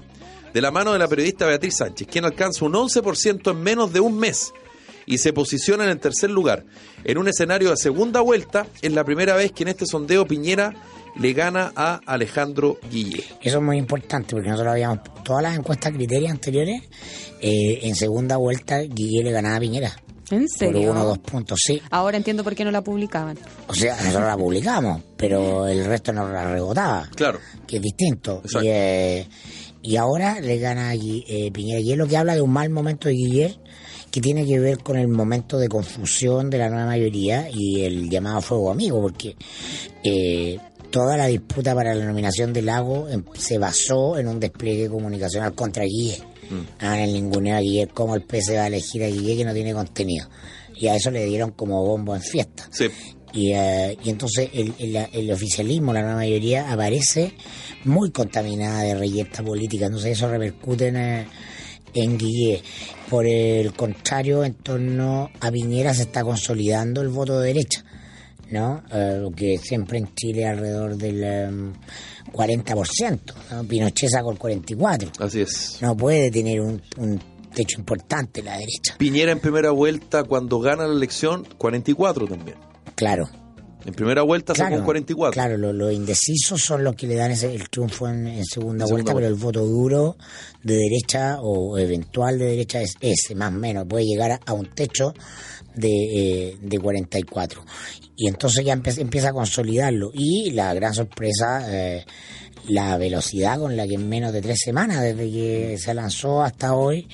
de la mano de la periodista Beatriz Sánchez, quien alcanza un 11% en menos de un mes y se posiciona en el tercer lugar. En un escenario de segunda vuelta, es la primera vez que en este sondeo Piñera le gana a Alejandro Guille. Eso es muy importante porque nosotros habíamos todas las encuestas criteria anteriores. eh, en segunda vuelta, Guille le ganaba a Piñera ¿En por serio? uno o dos puntos. Sí, Ahora entiendo por qué no la publicaban. O sea, nosotros la publicamos, pero el resto nos la rebotaba, Claro. que es distinto. Exacto. Y, eh, y ahora le gana a Gui- eh, Piñera. Y es lo que habla de un mal momento de Guillermo, que tiene que ver con el momento de confusión de la nueva mayoría y el llamado fuego amigo, porque eh, toda la disputa para la nominación de Lago em, se basó en un despliegue comunicacional contra Guille. Ah, en el ninguneo a Guille, cómo el PS va a elegir a Guille que no tiene contenido. Y a eso le dieron como bombo en fiesta. Sí. Y, eh, y entonces el, el- el oficialismo, la nueva mayoría, aparece muy contaminada de reyerta política. Entonces eso repercute en, eh, en Guille. Por el contrario, en torno a Piñera se está consolidando el voto de derecha. ¿no? Eh, lo que siempre en Chile alrededor del em, 40%. ¿no? Pinochet sacó el 44%. Así es. No puede tener un, un techo importante la derecha. Piñera en primera vuelta, cuando gana la elección, 44 también. Claro. En primera vuelta sacó un 44. Claro, lo- los indecisos son los que le dan ese, el triunfo en, en En segunda segunda vuelta, vuelta. pero el voto duro de derecha o eventual de derecha es ese, más o menos. Puede llegar a, a un techo de, eh, de 44. Y entonces ya empe- empieza a consolidarlo. Y la gran sorpresa, eh, la velocidad con la que en menos de tres semanas, desde que se lanzó hasta hoy,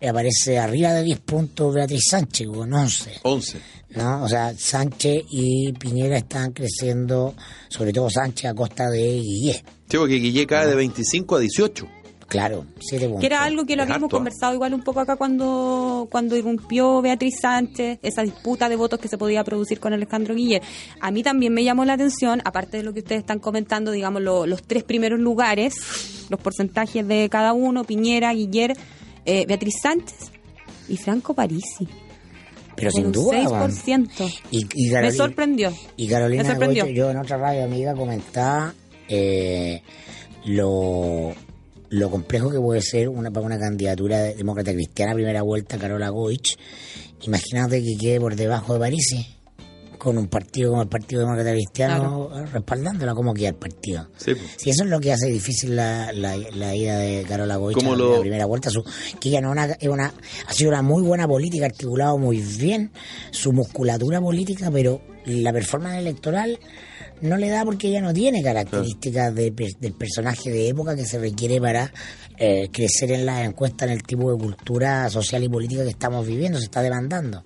aparece arriba de 10 puntos Beatriz Sánchez, con 11. 11. ¿no? O sea, Sánchez y Piñera están creciendo, sobre todo Sánchez a costa de Guille. Sí, porque Guille cae de 25 a 18. Claro, siete puntos. Que era algo que lo Es habíamos harto, ¿eh? conversado igual un poco acá cuando, cuando irrumpió Beatriz Sánchez, esa disputa de votos que se podía producir con Alejandro Guille. A mí también me llamó la atención, aparte de lo que ustedes están comentando, digamos, lo- los tres primeros lugares, los porcentajes de cada uno, Piñera, Guiller, eh, Beatriz Sánchez y Franco Parisi. Pero con sin un duda. weón. 6%. Y, y Me Carolina- sorprendió. Y Carolina Me sorprendió. Goito, yo en otra radio amiga comentaba eh, lo, lo complejo que puede ser una, para una candidatura de- demócrata cristiana a primera vuelta, Carola Goich. Imagínate que quede por debajo de París con un partido como el Partido Demócrata Cristiano eh, respaldándola. ¿Cómo queda el partido? Sí, pues. Sí, eso es lo que hace difícil la, la, la ida de Carola Goicha Como en lo- la primera vuelta. Su, que ella no es una, es una- ha sido una muy buena política, ha articulado muy bien su musculatura política, pero la performance electoral no le da porque ella no tiene características de per- del personaje de época que se requiere para eh, crecer en las encuestas, en el tipo de cultura social y política que estamos viviendo, se está demandando.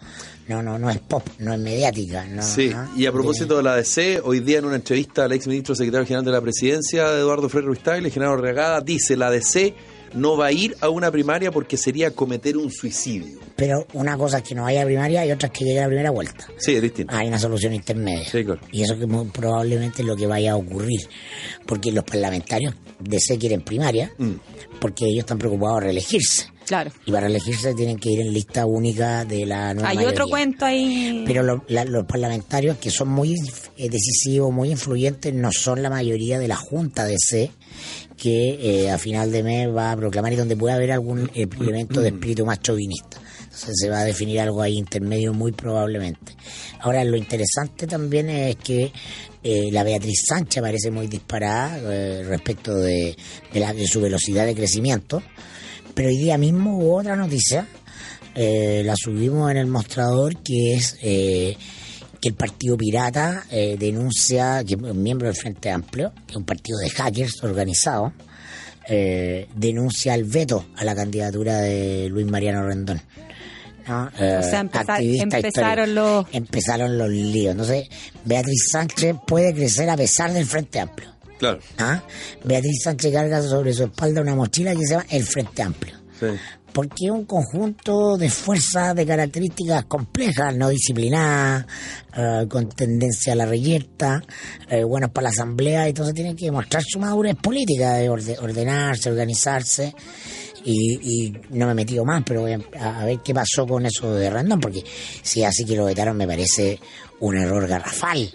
No, no, no es pop, no es mediática. No, Sí, no, y a no tiene- propósito de la DC, hoy día en una entrevista al ex ministro secretario general de la presidencia, Eduardo Frei Ruiz Tagle, Genaro Regada, dice, la DC no va a ir a una primaria porque sería cometer un suicidio. Pero una cosa es que no vaya a primaria y otra es que llegue a la primera vuelta. Sí, es distinto. Hay una solución intermedia. Sí, claro. Y eso que muy probablemente es lo que vaya a ocurrir. Porque los parlamentarios de C quieren primaria, Mm. porque ellos están preocupados de reelegirse. Claro. Y para elegirse tienen que ir en lista única de la nueva Hay otro mayoría. cuento ahí. Pero lo- la- los parlamentarios que son muy inf- eh, decisivos, muy influyentes, no son la mayoría de la Junta de C, que eh, a final de mes va a proclamar y donde puede haber algún eh, elemento de espíritu más chauvinista. Entonces se va a definir algo ahí intermedio muy probablemente. Ahora, lo interesante también es que eh, la Beatriz Sánchez parece muy disparada eh, respecto de, de la- de su velocidad de crecimiento. Pero hoy día mismo hubo otra noticia, eh, la subimos en el mostrador, que es eh, que el Partido Pirata eh, denuncia, que es un miembro del Frente Amplio, que es un partido de hackers organizado, eh, denuncia el veto a la candidatura de Luis Mariano Rendón. ¿no? Eh, O sea, empeza- activista empezaron histórico. los- empezaron los líos. Entonces, Beatriz Sánchez puede crecer a pesar del Frente Amplio. Claro. ¿ah? Beatriz Sánchez carga sobre su espalda una mochila que se llama el Frente Amplio. Sí. Porque es un conjunto de fuerzas de características complejas, no disciplinadas, eh, con tendencia a la reyerta, eh, buenas para la asamblea, entonces tienen que demostrar su madurez política, de orde- ordenarse, organizarse. Y, y no me he metido más, pero voy a, a ver qué pasó con eso de Randón, porque si así que lo vetaron me parece un error garrafal.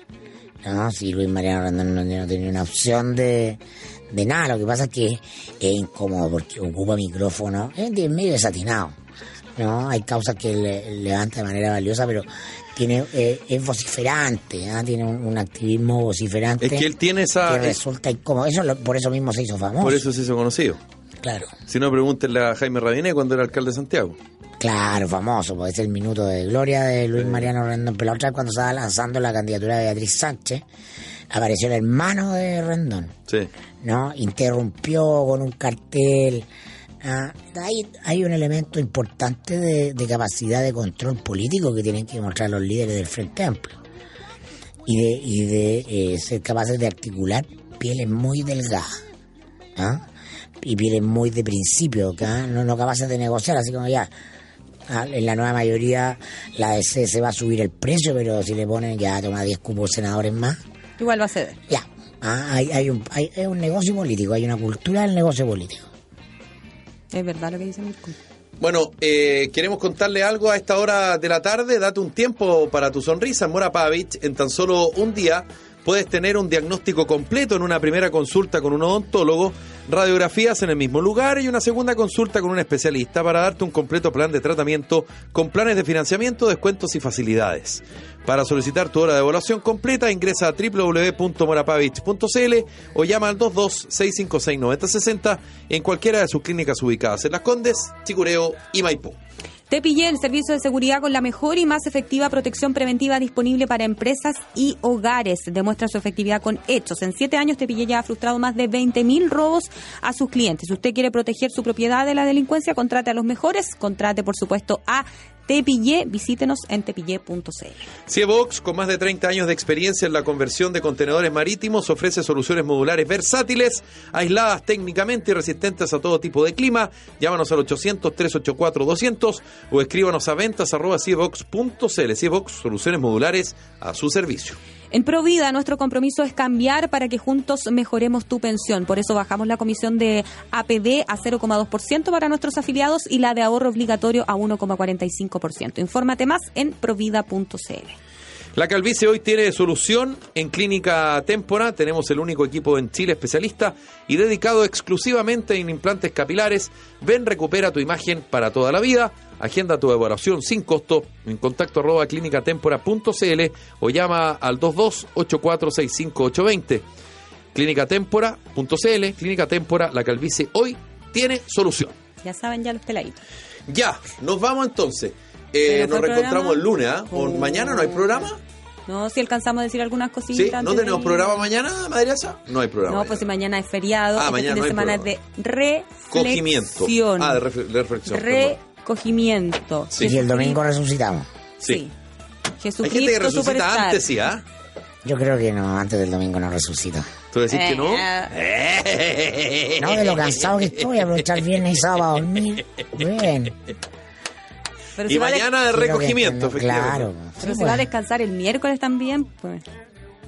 No, si Luis Mariano Randón no, no tenía una opción de, de nada, lo que pasa es que es incómodo porque ocupa micrófono, es de- medio desatinado. ¿no? Hay causas que le, levanta de manera valiosa, pero tiene eh, es vociferante, ¿ah? tiene un, un activismo vociferante Es que él tiene que esa. resulta incómodo. Eso lo- por eso mismo se hizo famoso. por eso se hizo conocido. Claro, Si no, pregúntenle a Jaime Rabiné cuando era alcalde de Santiago. claro, famoso, porque es el minuto de gloria de Luis Mariano Rendón. Pero la otra vez cuando estaba lanzando la candidatura de Beatriz Sánchez, apareció el hermano de Rendón. Sí. ¿no? Interrumpió con un cartel. Ah, hay, hay un elemento importante de, de capacidad de control político que tienen que mostrar los líderes del Frente Amplio. Y de, y de eh, ser capaces de articular pieles muy delgadas. ¿ah? Y pieles muy de principio, ¿ah? no, no capaces de negociar, así como ya. ah, En la nueva mayoría la DC se va a subir el precio, pero si le ponen ya toma 10 cupos senadores más, Igual va a ceder. ya, Ah, hay, hay un, hay, es un negocio político, hay una cultura del negocio político. Es verdad lo que dice Mirko. Bueno, eh, queremos contarle algo a esta hora de la tarde. Date un tiempo para tu sonrisa. En Mora Pavich, en tan solo un día, puedes tener un diagnóstico completo en una primera consulta con un odontólogo, radiografías en el mismo lugar y una segunda consulta con un especialista para darte un completo plan de tratamiento con planes de financiamiento, descuentos y facilidades. Para solicitar tu hora de evaluación completa, ingresa a www.morapavich.cl o llama al 226569060 en cualquiera de sus clínicas ubicadas en Las Condes, Chicureo y Maipú. Tepillé, el servicio de seguridad con la mejor y más efectiva protección preventiva disponible para empresas y hogares. Demuestra su efectividad con hechos. En siete años, Tepillé ya ha frustrado más de 20.000 robos a sus clientes. Si usted quiere proteger su propiedad de la delincuencia, contrate a los mejores. Contrate, por supuesto, a Tepillé. Visítenos en tepillé.cl. Ciebox, con más de 30 años de experiencia en la conversión de contenedores marítimos, ofrece soluciones modulares versátiles, aisladas técnicamente y resistentes a todo tipo de clima. Llámanos al 800-384-200 o escríbanos a ventas.ciebox.cl. Ciebox, soluciones modulares a su servicio. En Provida, nuestro compromiso es cambiar para que juntos mejoremos tu pensión. Por eso bajamos la comisión de APD a 0,2% para nuestros afiliados y la de ahorro obligatorio a 1,45%. Infórmate más en provida.cl. La calvicie hoy tiene solución en Clínica Témpora. Tenemos el único equipo en Chile especialista y dedicado exclusivamente en implantes capilares. Ven, recupera tu imagen para toda la vida. Agenda tu evaluación sin costo en contacto arroba clínicatempora.cl o llama al 228465820. Clínica Témpora.cl, Clínica Témpora, la calvicie hoy tiene solución. Ya saben, ya los peladitos. Ya, nos vamos entonces. ¿Se Eh, nos nos fue el reencontramos programa? el lunes, ¿ah? ¿O Oh. mañana no hay programa? No, si alcanzamos a decir algunas cositas. Sí, ¿no antes de tenemos ir. programa mañana, Madriaza? No hay programa. No, pues si mañana. mañana es feriado, Ah, este mañana fin de no hay semana es de pues, reflexión. Cogimiento. Ah, de, refle- de reflexión. perdón. Recogimiento. Sí. Y el domingo resucitamos. Sí. Sí. Hay gente que Jesucristo resucita Superstar. antes, sí, ¿ah? Yo creo que no, antes del domingo no resucito. ¿Tú decís eh, que no? Eh, No, de lo cansado que estoy, aprovechar viernes y sábado a dormir. Bien. Pero Y si va a des- mañana de Quiero recogimiento, descansar. efectivamente. Claro. pero sí, se va a bueno. descansar el miércoles también, pues.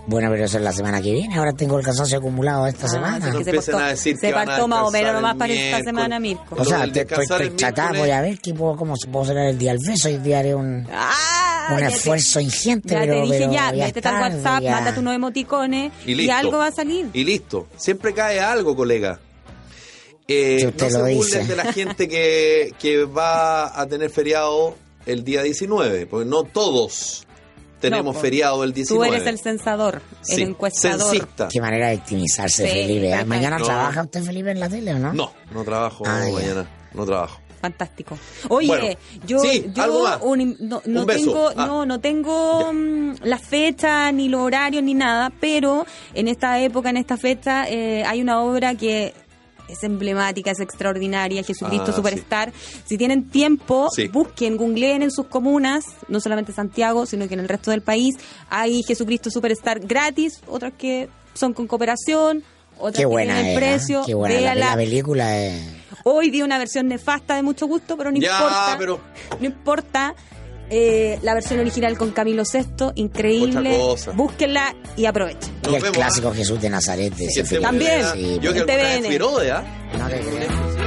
Bueno, pero eso es la semana que viene. Ahora tengo el cansancio acumulado de esta Ah, semana. sí, que se Empiezan portó- a decir se que van a partió más o menos descansar nomás el para esta semana, miércoles. Mirko. O sea, Lo del te- estoy, descansar estoy el tratada, miércoles. voy a ver qué puedo, cómo se puedo cerrar el día al beso. Hoy día haré un, Ah, un ya te- esfuerzo ingente, Ya pero, te dije, pero ya, ya es métete al tarde, WhatsApp, ya. manda tus nueve emoticones Y y, listo. algo va a salir. Y listo. Siempre cae algo, colega. Eh, Si no usted se lo burlen dice. de la gente que, que va a tener feriado el día 19, porque no todos tenemos po. feriado el 19. Tú eres el censador, Sí, el encuestador. censista. Qué manera de victimizarse, Sí, Felipe. ¿ah? perfecto. Mañana No. trabaja usted, Felipe, en la tele, ¿o no? No, no trabajo Ah, ya. mañana, no trabajo. Fantástico. Oye, Bueno, yo, sí, yo algo más. un- no, no Un beso. tengo, Ah. no, no tengo mm, la fecha, ni los horarios, ni nada, pero en esta época, en esta fecha, eh, hay una obra que es emblemática, es extraordinaria, Jesucristo Ah, Superstar. Si tienen tiempo, Sí. busquen, googleen en sus comunas, no solamente Santiago, sino que en el resto del país, hay Jesucristo Superstar gratis, otras que son con cooperación, otras Qué que buena tienen el era, precio, qué buena la, véala. la película. eh. Hoy vi una versión nefasta de mucho gusto, pero no Ya, importa. pero- No importa. Eh, la versión original con Camilo VI, increíble. Otra cosa. Búsquenla y aprovechen. Nos Y el vemos, clásico ¿ah? Jesús de Nazaret. de Que ese Felipe. estemos También. en la- Sí, Yo que En alguna vez TVN. fui Herode, ¿ah? no te creo.